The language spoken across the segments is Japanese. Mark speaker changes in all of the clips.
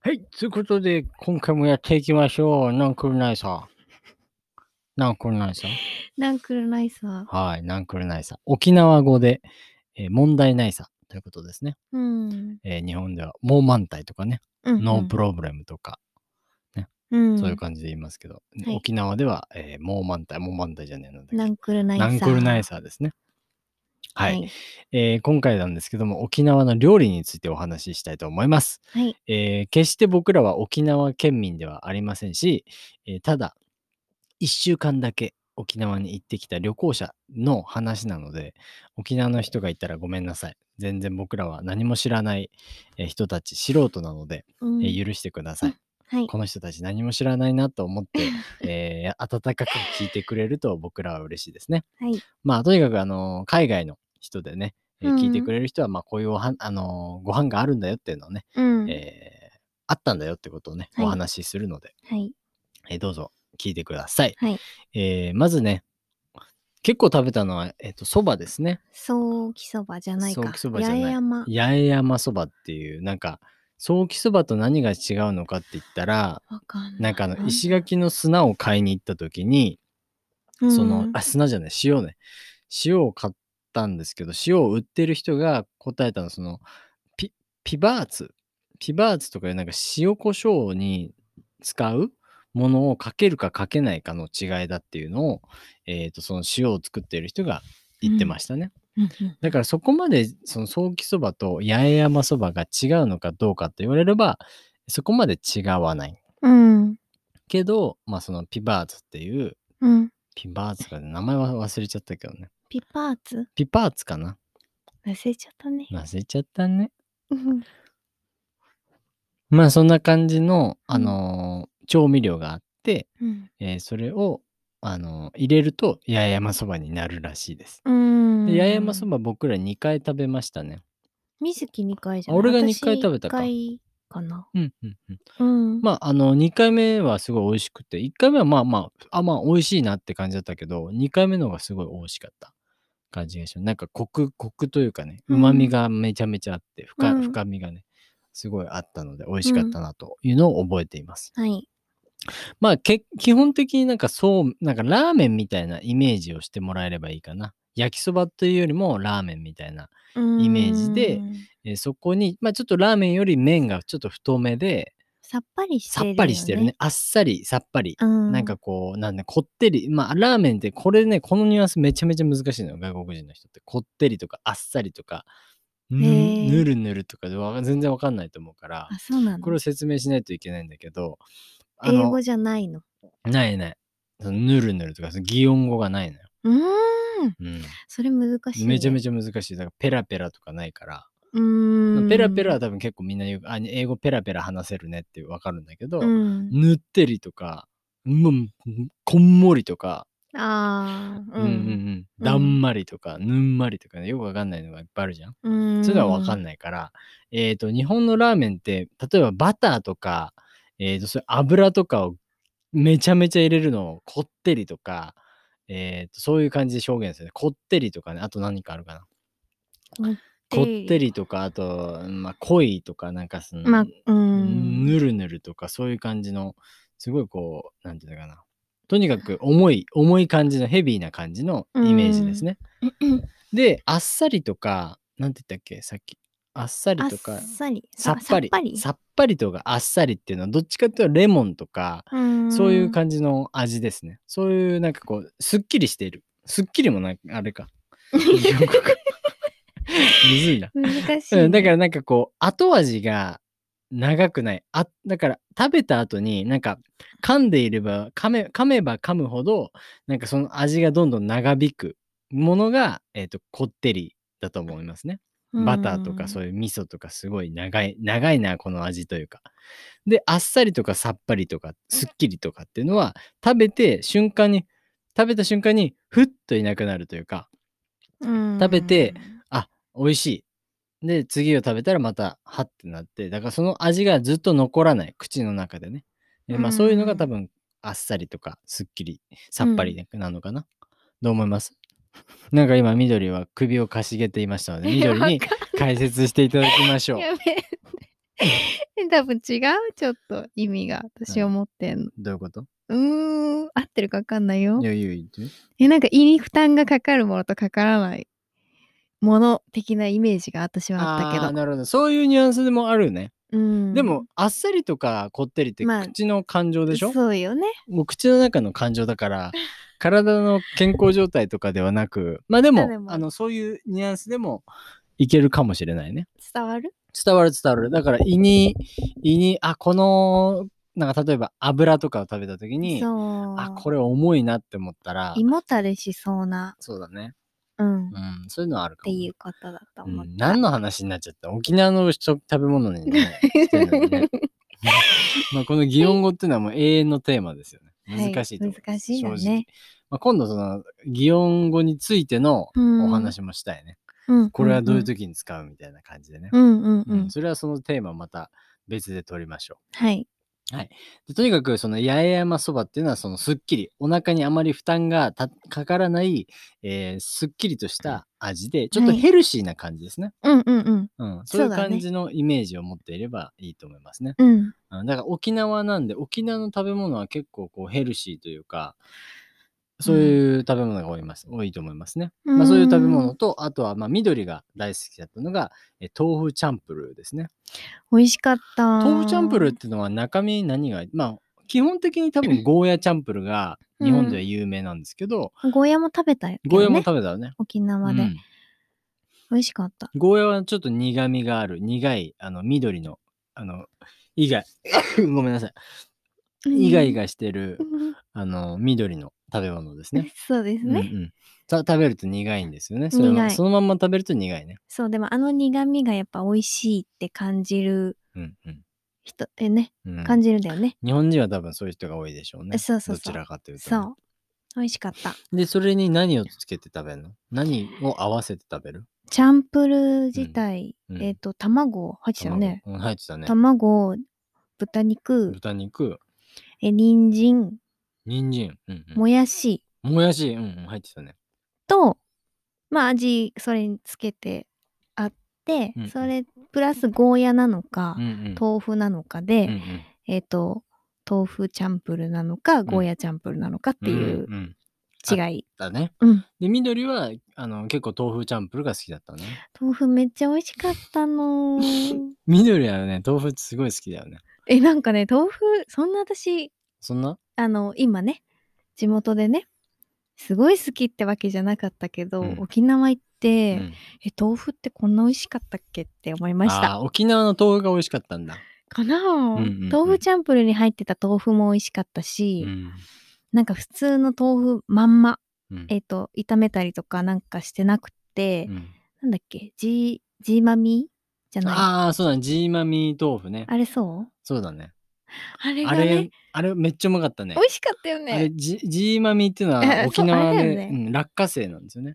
Speaker 1: はい、ということで、今回もやっていきましょう。ナンクルナイサー。ナンクルナイサー。
Speaker 2: ナンクルナイサー。
Speaker 1: はい、ナンクルナイサー。沖縄語で、えー問題ないさということですね。
Speaker 2: うん。
Speaker 1: えー日本では、もう満体とかね、ノープ
Speaker 2: ロ、
Speaker 1: ロブレムとか、
Speaker 2: うん、
Speaker 1: そういう感じで言いますけど、
Speaker 2: はい
Speaker 1: 沖縄では、えー、もう満体、もう満体じゃねえので、
Speaker 2: ナンクルナイサ
Speaker 1: ナ
Speaker 2: ー。
Speaker 1: ンクルナイサーですね。
Speaker 2: は
Speaker 1: はい、
Speaker 2: い。
Speaker 1: えー今回なんですけども、沖縄の料理についてお話ししたいと思います。
Speaker 2: はい。
Speaker 1: えー決して僕らは沖縄県民ではありませんし、えーただ1週間だけ沖縄に行ってきた旅行者の話なので沖縄の人がいたらごめんなさい全然僕らは何も知らないえー人たち素人なので、
Speaker 2: うん
Speaker 1: えー許してください、
Speaker 2: はい。
Speaker 1: この人たち何も知らないなと思 って、えー温かく聞いてくれると僕らは嬉しいですね
Speaker 2: はい。
Speaker 1: まあとにかくあのー海外の人でねえー聞いて
Speaker 2: うん
Speaker 1: くれる人は、まあ、こういうおはんあのーご飯があるんだよっていうのをね
Speaker 2: うん。
Speaker 1: えーあったんだよってことをね、
Speaker 2: はい
Speaker 1: お話しするので、
Speaker 2: はい。
Speaker 1: えーどうぞ聞いてください。
Speaker 2: はい。
Speaker 1: えーまずね、結構食べたのは、えっ、と、そばですね。
Speaker 2: 早期そばじゃないか。
Speaker 1: 早期そばじゃない
Speaker 2: 八重山。
Speaker 1: 八重山そばっていう、なんか、早期そばと何が違うのかって言ったら、
Speaker 2: わかんな。
Speaker 1: ないんかあの、石垣の砂を買いに行った時に、
Speaker 2: うん、
Speaker 1: その、あ、砂じゃない、塩ね。塩を買ったんですけど、塩を売ってる人が答えたのは、その、ピ、ピバーツ。ピバーツとかいうなんか塩コショウに使うものをかけるかかけないかの違いだっていうのを、えっ、と、その塩を作っている人が言ってましたね。
Speaker 2: うんうん
Speaker 1: だからそこまで、その早期そばと八重山そばが違うのかどうかって言われれば、そこまで違わない。
Speaker 2: うん。
Speaker 1: けど、まあそのピバーツっていう、
Speaker 2: うん。
Speaker 1: ピバーツか名前は忘れちゃったけどね。
Speaker 2: ピパーツ
Speaker 1: ピパーツかな
Speaker 2: 忘れちゃったね。
Speaker 1: 忘れちゃったね。
Speaker 2: うん
Speaker 1: まあそんな感じの、
Speaker 2: うん
Speaker 1: あのー調味料があって、
Speaker 2: うん。
Speaker 1: えーそれを、あのー入れると八重山そばになるらしいです。
Speaker 2: うん。
Speaker 1: で八重山そ。ば僕ら2回食べましたね。
Speaker 2: 水木二回じゃな
Speaker 1: あ
Speaker 2: い
Speaker 1: 俺が二回食べたか
Speaker 2: 私一回かな。
Speaker 1: うんうんうん、
Speaker 2: うん。
Speaker 1: まああの2回目はすごい美味しくて1回目はまあまああまあ美味しいなって感じだったけど2回目の方がすごい美味しかった感じがしますなんかコクコクというかね
Speaker 2: うん
Speaker 1: うまみがめちゃめちゃあって深,、
Speaker 2: うん
Speaker 1: 深みがねすごいあったので美味しかったなというのを覚えています。
Speaker 2: はい。
Speaker 1: まあ、け基本的になんかそう、なんかラーメンみたいなイメージをしてもらえればいいかな。焼きそばというよりもラーメンみたいな。
Speaker 2: イ
Speaker 1: メージでえーそこに、まあちょっとラーメンより麺がちょっと太めで、
Speaker 2: さっぱりして
Speaker 1: さ
Speaker 2: るよ、ね。
Speaker 1: っぱりしてるね。。あっさり、さっぱり。
Speaker 2: うん。
Speaker 1: なんかこう、なんで、こってり。まあ、ラーメンって、これね、このニュアンスめちゃめちゃ難しいのよ、外国人の人って。こってりとか、あっさりとか、ぬ
Speaker 2: へー
Speaker 1: ぬるぬるとかでわ全然わかんないと思うから、
Speaker 2: あ、そうなんだ
Speaker 1: これを説明しないといけないんだけど、あ
Speaker 2: 英
Speaker 1: の
Speaker 2: 語、じゃないの。
Speaker 1: ないない。そのぬるぬるとか、その擬音語がないのよ。
Speaker 2: うーん。
Speaker 1: うん
Speaker 2: それ難しい、ね。
Speaker 1: めちゃめ
Speaker 2: ち
Speaker 1: ちゃ難しい。だからペラペラとかないから。
Speaker 2: ゃ。うーん。
Speaker 1: ペラペラは多分結構みんな言う、あ英語ペラペラ話せるねってわかるんだけど、
Speaker 2: うん。
Speaker 1: ぬってりとか、もうこんもりとか、
Speaker 2: ああ。
Speaker 1: うんうんうん、だんまりとか、ぬんまりとかね、よくわかんないのがいっぱいあるじゃん。
Speaker 2: うん。うん。
Speaker 1: それはわかん
Speaker 2: ない。
Speaker 1: ないから、えっ、と、日本のラーメンって、例えばバターとか、えっ、と、それ油とかをめちゃめちゃ入れるのをこってりとか、えー、とそういう感じで表現するね。こってりとかね、あと何かあるかな。こってりとか、あと、まあ、濃いとか、なんかその、
Speaker 2: まあ、うん。
Speaker 1: ぬるぬるとか、そういう感じの、すごいこう、なんていうのかな。とにかく重い、重い感じのヘビーな感じのイメージですね。で、あっさりとか、なんて言ったっけ、さっき。あっさり
Speaker 2: あっ
Speaker 1: とか、
Speaker 2: さり。
Speaker 1: さっぱり
Speaker 2: さっぱり。
Speaker 1: さっぱりとかあっさりっていうのは、どっちかっていうとレモンとか、
Speaker 2: うん
Speaker 1: そういう感じの味ですね。そういう、なんかこう、すっきりしている。すっきりもない、あれか。 日本語かむずいな。
Speaker 2: 難しい、、
Speaker 1: うん、だかららなんかこう後味が長くないあだから食べた後になんか噛んでいれば噛め噛めば噛むほどなんかその味がどんどん長引くものが、えっとこってりだと思いますね。バターとかそう
Speaker 2: い
Speaker 1: いう味噌とかすごい長い長いなこの味というか。であっさりとかさっぱりとかすっきりとかっていうのは食べて瞬間に食べた瞬間にふっといなくなるというか
Speaker 2: うん。
Speaker 1: 食べて美味しい。で、次を食べたらまた、はってなって、だからその味がずっと残らない、口の中でね。えまあ、そういうのが多分、あっさりとか、すっきり、さっぱりなのかな。どう思います なんか今、緑は首をかしげていましたので、緑に
Speaker 2: わかん
Speaker 1: 解説していただきましょう。
Speaker 2: やべえ。多分違う、ちょっと意味が。私思ってんの。
Speaker 1: どういうこと
Speaker 2: うーん、合ってるかわかんないよ
Speaker 1: い。や、いいよ、言ってみ。
Speaker 2: え、なんか胃に負担がかかるものとかからないもの的なイメージが私はあった
Speaker 1: ー
Speaker 2: けど。
Speaker 1: なるほど。そういうニュアンスでもあるね。
Speaker 2: うん、
Speaker 1: でも、あっさりとかこってりって
Speaker 2: まあ
Speaker 1: 口の感情でしょ、
Speaker 2: そうよね。
Speaker 1: もう口の中の感情だ から、体の健康状態とかではなく、まあで
Speaker 2: ま
Speaker 1: も
Speaker 2: あで、も
Speaker 1: あの、そういうニュアンスでもいけるかもしれないね。
Speaker 2: 伝わる
Speaker 1: 伝わる伝わる。だから胃に、胃に、あ、この、なんか例えば油とかを食べた時に、
Speaker 2: そう。
Speaker 1: あ、これ重いなって思ったら
Speaker 2: 胃、もたれしそうな、
Speaker 1: そうだね。
Speaker 2: うん、っ
Speaker 1: うん、そういうのはあるか
Speaker 2: て
Speaker 1: も。
Speaker 2: いうことだと思っ
Speaker 1: うん
Speaker 2: た。
Speaker 1: 何の話になっちゃった沖縄の食食べ物に、ね、してんのに ねまあこの擬音語っていうのはもう永遠のテーマですよ
Speaker 2: は
Speaker 1: ね。難しいと思う、
Speaker 2: 難しい
Speaker 1: 正
Speaker 2: よ
Speaker 1: 直
Speaker 2: ね。
Speaker 1: まあ、今度その擬音語についての
Speaker 2: うん
Speaker 1: お話もしたいね。
Speaker 2: うん
Speaker 1: これはどういう時に使うみたいな感じでね。
Speaker 2: うんうんう
Speaker 1: うんん。それはそのテーマまた別で取りましょ
Speaker 2: はい。
Speaker 1: う。でとにかくその八重山そばっていうのはそのすっきりお腹にあまり負担がたかからない、えーすっきりとした味でちょっと
Speaker 2: はい
Speaker 1: ヘルシーな感じですね。
Speaker 2: うんうんうん。
Speaker 1: うん、そういう
Speaker 2: そうだね
Speaker 1: 感じのイメージを持っていればいいと思いますね。
Speaker 2: うん。
Speaker 1: うん、だから沖縄なんで沖縄の食べ物は結構こうヘルシーというかそういう食べ物が多います、多いと思いますね。まあ、そういう食べ物とあとはまあ緑が大好きだったのがえ豆腐チャンプルーですね。
Speaker 2: 美味しかった。
Speaker 1: 豆腐チャンプルーっていうのは中身何がまあ基本的に多 分ゴーヤチャンプルーが日本では有名なんですけど、
Speaker 2: ゴーヤも食べたよ、ね。
Speaker 1: ゴーヤも食べたよね。
Speaker 2: 沖縄で、
Speaker 1: うん
Speaker 2: 美味しかった。
Speaker 1: ゴーヤはちょっと苦みがある苦いあの緑のあの以 外ごめんなさい イガイ
Speaker 2: が。
Speaker 1: ガしてる、あの緑の食べ物ですね。
Speaker 2: そうです
Speaker 1: うんう
Speaker 2: ね、
Speaker 1: ん、た食べると苦いんですよね。それ
Speaker 2: 苦
Speaker 1: はいそのまんま食べると苦いね。
Speaker 2: そう、でもあの苦味がやっぱ美味しいって感じる
Speaker 1: うんうん
Speaker 2: 人、えね、
Speaker 1: うん、
Speaker 2: 感じるんだよね。
Speaker 1: 日本人は多分そういう人が多いでしょうね。
Speaker 2: そうそうそ
Speaker 1: ど
Speaker 2: う
Speaker 1: ちらかというとね、
Speaker 2: そう。美味しかった。
Speaker 1: で、それに何をつけて食べるの何を合わせて食べる
Speaker 2: チャンプルー自体、
Speaker 1: うんうん
Speaker 2: えっ、と、卵入ってたよね。
Speaker 1: 卵うん入ってたね。
Speaker 2: 卵、豚肉、
Speaker 1: 豚肉、
Speaker 2: え人参、
Speaker 1: 人参、うんうん
Speaker 2: もやし
Speaker 1: もやし、うんうん、入ってたね。
Speaker 2: と、まあ味、それにつけてあって、
Speaker 1: うんうん
Speaker 2: それプラスゴーヤなのか、
Speaker 1: うんうん。
Speaker 2: 豆腐なのかで、
Speaker 1: うんうん
Speaker 2: えっ、と、豆腐チャンプルーなのか、ゴーヤチャンプルーなのかっていう
Speaker 1: うんうん
Speaker 2: 違
Speaker 1: ん
Speaker 2: い。
Speaker 1: だね。
Speaker 2: うん。
Speaker 1: で、緑はあの結構豆腐チャンプルが好きだったね。
Speaker 2: 豆腐めっちゃ美味しかったの ー。
Speaker 1: 緑はね、豆腐すごい好きだよね。
Speaker 2: え、なんかね、豆腐、そんな私、
Speaker 1: そんな
Speaker 2: あの、今ね、地元でね、すごい好きってわけじゃなかったけど、
Speaker 1: うん
Speaker 2: 沖縄行って、
Speaker 1: うん
Speaker 2: え、豆腐ってこんな美味しかったっけって思いまし
Speaker 1: あ
Speaker 2: た。
Speaker 1: ー沖縄の豆腐が美味しかったんだ。
Speaker 2: かなあ、
Speaker 1: うんうんうん
Speaker 2: 豆腐チャンプルーに入ってた豆腐も美味しかったし、
Speaker 1: うん
Speaker 2: なんか普通の豆腐まんま、
Speaker 1: うん
Speaker 2: えっ、と、炒めたりとかなんかしてなくて、
Speaker 1: うん
Speaker 2: なんだっけ、ジー、ジーマミーじゃないあ
Speaker 1: ああ、そうだね。ジーマミー豆腐ね。
Speaker 2: れそう
Speaker 1: そうだね。
Speaker 2: あれが
Speaker 1: あ
Speaker 2: ね、
Speaker 1: れ、あれめっちゃうまかったね
Speaker 2: 美。味しかったよ
Speaker 1: あれ
Speaker 2: ね。
Speaker 1: ジジーマミーっていうの
Speaker 2: そ
Speaker 1: は
Speaker 2: う
Speaker 1: 沖縄
Speaker 2: あ
Speaker 1: で
Speaker 2: れだよね
Speaker 1: うん落花生なんですよね。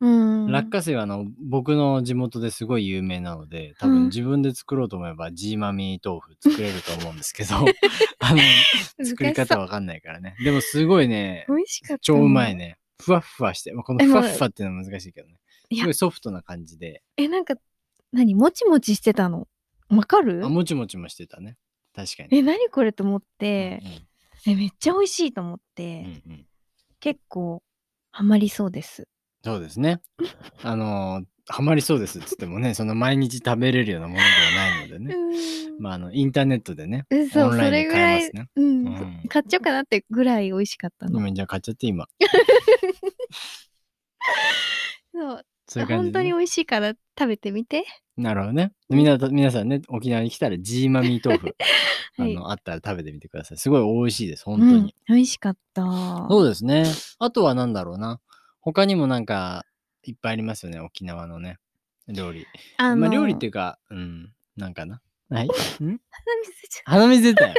Speaker 2: うん。
Speaker 1: 落花生はあの僕の地元ですごい有名なので多
Speaker 2: うん
Speaker 1: 分自分で作ろうと思えばジーマミー豆腐作れると思うんですけ どあの作り
Speaker 2: 難しそ
Speaker 1: 方
Speaker 2: う
Speaker 1: わかんないからねでもすごいね
Speaker 2: 美味しかった。
Speaker 1: 超うまい。ねふわっふわして、まあ、この
Speaker 2: え
Speaker 1: ふ
Speaker 2: も
Speaker 1: わ
Speaker 2: う
Speaker 1: っふわっていうのは難しいけどね
Speaker 2: いや
Speaker 1: すごいソフトな感じで
Speaker 2: え、なんか、何もちもちしてたの。わかる
Speaker 1: あもちもちもしてたね確かに
Speaker 2: え、何これと思って、
Speaker 1: う
Speaker 2: え、めっちゃ美味しいと思って、
Speaker 1: んうんうんうん
Speaker 2: 結構、ハマりそうです。
Speaker 1: そうですねあのハマりそうですっつってもねその毎日食べれるようなものではないので
Speaker 2: う
Speaker 1: ね
Speaker 2: ん。
Speaker 1: まああのインターネットでね
Speaker 2: うん
Speaker 1: オ
Speaker 2: そう、
Speaker 1: ン
Speaker 2: そ
Speaker 1: ライ
Speaker 2: れ
Speaker 1: ン
Speaker 2: ぐ
Speaker 1: で買
Speaker 2: ら
Speaker 1: えま
Speaker 2: い
Speaker 1: す、ね
Speaker 2: うん、
Speaker 1: うん
Speaker 2: 買っちゃおうかなってぐらい美味しかった
Speaker 1: ご
Speaker 2: の。
Speaker 1: めんじゃあ買っちゃって今
Speaker 2: そう、
Speaker 1: そういう感じ
Speaker 2: 本
Speaker 1: で
Speaker 2: 当
Speaker 1: ね、
Speaker 2: に美味しいから食べてみて。
Speaker 1: なるほどね。みなと皆さんね、沖縄に来たらジーマミー豆腐、
Speaker 2: はい
Speaker 1: あのあったら食べてみてください。すごい美味しいです、本当
Speaker 2: うん
Speaker 1: に。、
Speaker 2: 美味しかった。そ
Speaker 1: そううですね。あとは何だろうな。他にもなんかいっぱいありますよね、沖縄のね、料理。
Speaker 2: あ
Speaker 1: まあ、料理っていううか、うん、なんかな。はい。ん
Speaker 2: 鼻水ちゃ
Speaker 1: 鼻水出 たよ。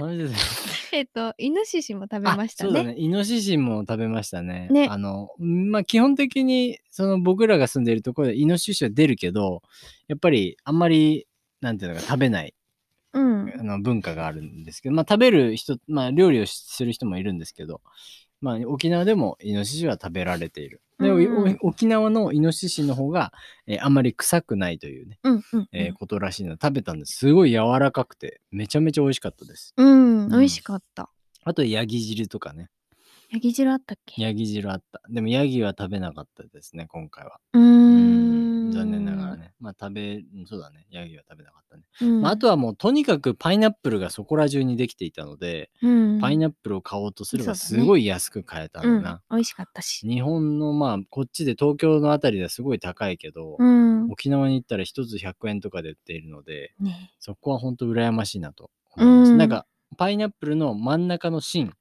Speaker 1: 鼻水出た。
Speaker 2: うえっと、イノシシも食べ
Speaker 1: あ
Speaker 2: ました
Speaker 1: そうだね。
Speaker 2: ね。
Speaker 1: イノシシも食べましたね。
Speaker 2: ね
Speaker 1: あの、まあ、基本的に、その僕らが住んでいるところでイノシシは出るけど、やっぱりあんまり、なんていうのか、食べない
Speaker 2: うん。
Speaker 1: あの文化があるんですけど、まあ、食べる人、まあ、料理をしする人もいるんですけど、まあ、沖縄でもイノシシは食べられている。で、お
Speaker 2: うんうん
Speaker 1: お沖縄のイノシシの方が、えーあんまり臭くないというね、
Speaker 2: うんうん
Speaker 1: えーことらしいの食べたんです。すごい柔らかくて、めちゃめちゃ美味しかったです。
Speaker 2: うん、うん、美味しかった。
Speaker 1: あと、ヤギ汁とかね。
Speaker 2: ヤギ汁あったっけ
Speaker 1: ヤギ汁あった。でも、ヤギは食べなかったですね、今回は。
Speaker 2: うー。
Speaker 1: うん残念ながらね。まあ、食べ、うんそうだね。ヤギは食べなかったね。
Speaker 2: うん。
Speaker 1: まあ、あとはもう、とにかくパイナップルがそこら中にできていたので、
Speaker 2: うん、
Speaker 1: パイナップルを買おうとすれば、
Speaker 2: そう
Speaker 1: す
Speaker 2: だね
Speaker 1: ごい安く買えたんだな。
Speaker 2: うん、美味しかったし。
Speaker 1: 日本のまあこっちで東京のあたりではすごい高いけど、
Speaker 2: うん。
Speaker 1: 沖縄に行ったら1つ100円とかで売っているので
Speaker 2: ね
Speaker 1: そこは本当羨ましいなと思います、
Speaker 2: うん
Speaker 1: なんかパイナップルの真ん中の芯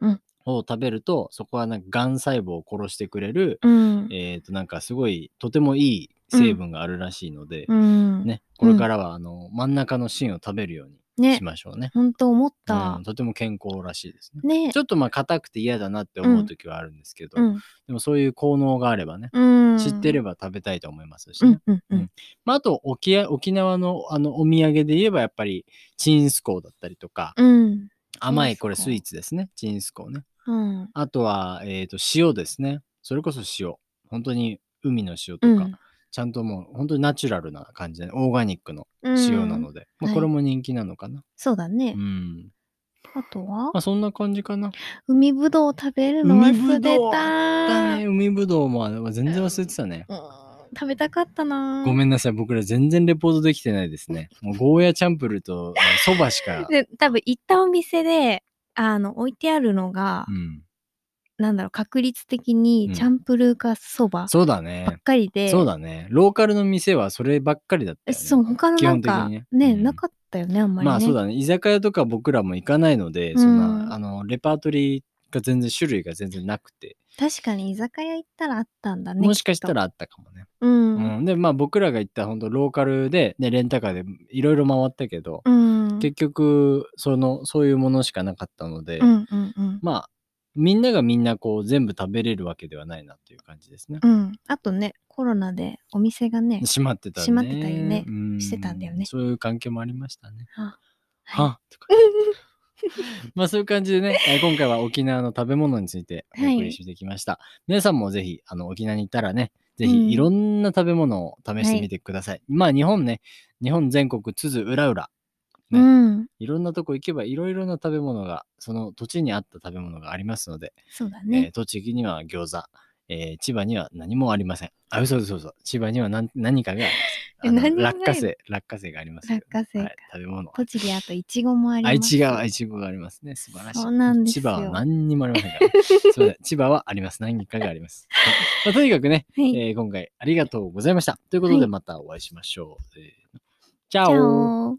Speaker 2: うん
Speaker 1: を食べると、そこはなんかがん細胞を殺してくれる、
Speaker 2: うん。
Speaker 1: えっ、となんかすごいとてもいい成分があるらしいので、
Speaker 2: うん。
Speaker 1: ねこれからはあの真ん中の芯を食べるように
Speaker 2: ね
Speaker 1: し。ましょうね
Speaker 2: ほんと思っ
Speaker 1: う
Speaker 2: た
Speaker 1: ん、。とても健康らしいですね
Speaker 2: ね
Speaker 1: ち。ょっとまあ硬くて嫌だなって思う時はあるんですけど、
Speaker 2: うん。
Speaker 1: でもそういう効能があればね
Speaker 2: うん。
Speaker 1: 知ってれ
Speaker 2: ば。
Speaker 1: ば食べたいと思いますし、
Speaker 2: う
Speaker 1: ね
Speaker 2: んうんうん。
Speaker 1: まあ、あと沖合沖縄のあのお土産で言えばやっぱりチンスコーだったりとか、
Speaker 2: うん。
Speaker 1: 甘いこれ
Speaker 2: チン
Speaker 1: ス
Speaker 2: スコー
Speaker 1: イーツですねチンスコーね
Speaker 2: うん。
Speaker 1: あとは、えー、と塩ですねそれこそ塩本当に海の塩とか、
Speaker 2: うん
Speaker 1: ちゃんともう本当にナチュラルな感じでオーガニックの塩な
Speaker 2: うん
Speaker 1: ので、ま
Speaker 2: は
Speaker 1: あ、
Speaker 2: い
Speaker 1: これも人気なのかな、
Speaker 2: そうだね
Speaker 1: う。ん
Speaker 2: あとは
Speaker 1: まあそんな感じかな
Speaker 2: 海ぶどうを食べるの忘れ
Speaker 1: 海ぶどう
Speaker 2: た
Speaker 1: だ、ね海ぶどうもあの全然忘れてたね、
Speaker 2: うん食べたかったな
Speaker 1: ごめんなさい僕ら全然レポートできてないですねもうゴーヤチャンプルとあのそばしか
Speaker 2: で多分行ったお店であの置いてあるのが
Speaker 1: う、ん、
Speaker 2: なんだろう確率
Speaker 1: う
Speaker 2: 的に
Speaker 1: ん
Speaker 2: チャンプルーかそば
Speaker 1: そうだ
Speaker 2: ばっ
Speaker 1: ね。
Speaker 2: かりで、
Speaker 1: そうだね。ローカルの店はそればっかりだったよ、ね。
Speaker 2: そう他のなん
Speaker 1: 基本
Speaker 2: か
Speaker 1: 的にね
Speaker 2: ね
Speaker 1: うん
Speaker 2: なかったよねあんまりね、
Speaker 1: まあそうだね。居酒屋とか僕らも行かないので、
Speaker 2: うん
Speaker 1: そんなあのレパートリーが全然種類が全然なくて、
Speaker 2: 確かに居酒屋行ったらあったんだね
Speaker 1: もしかしたらあったかもね。
Speaker 2: きっとう
Speaker 1: うんん、でまあ僕らが行った本当ローカルで、ね、レンタカーでいろいろ回ったけど、
Speaker 2: うん
Speaker 1: 結局そのそういうものしかなかったので、
Speaker 2: うんうんうん、
Speaker 1: まあみんながみんなこう全部食べれるわけではないなっていう感じですね。
Speaker 2: うん、あとねコロナでお店がね
Speaker 1: 閉まってたね。
Speaker 2: 閉まってたりね
Speaker 1: う
Speaker 2: してたんだよね
Speaker 1: そういう関係もありましたね。
Speaker 2: はい
Speaker 1: はとか。まあそういう感じでね、えー今回は沖縄の食べ物についてお送りしてきました。皆さんもぜひあの沖縄に行ったらね、ぜ
Speaker 2: うん
Speaker 1: ひいろんな食べ物を試してみてください。まあ日本ね、日本全国津々浦々、ね
Speaker 2: うん
Speaker 1: いろんなとこ行けばいろいろな食べ物が、その土地に合った食べ物がありますので、
Speaker 2: そうだ
Speaker 1: えー
Speaker 2: ね、
Speaker 1: 栃木には餃子、えー千葉には何もありません。あ、嘘嘘嘘。千葉には何何 かがありますあの
Speaker 2: 何もない
Speaker 1: 落花生、落花生がありますけどね。
Speaker 2: 落花生か
Speaker 1: はい食べ物。
Speaker 2: 栃木あといちごもあります
Speaker 1: 愛知が愛知語がありますね。素晴らしい。
Speaker 2: そうなんですよ
Speaker 1: 千葉は何にもありませんから、 ね。すいません千葉はあります。何かがあります。はいまあ、とにかくね、
Speaker 2: はい
Speaker 1: えー今回ありがとうございました。ということ
Speaker 2: は
Speaker 1: で
Speaker 2: い
Speaker 1: またお会いしましょう。えーチャ
Speaker 2: チャ
Speaker 1: オ
Speaker 2: オ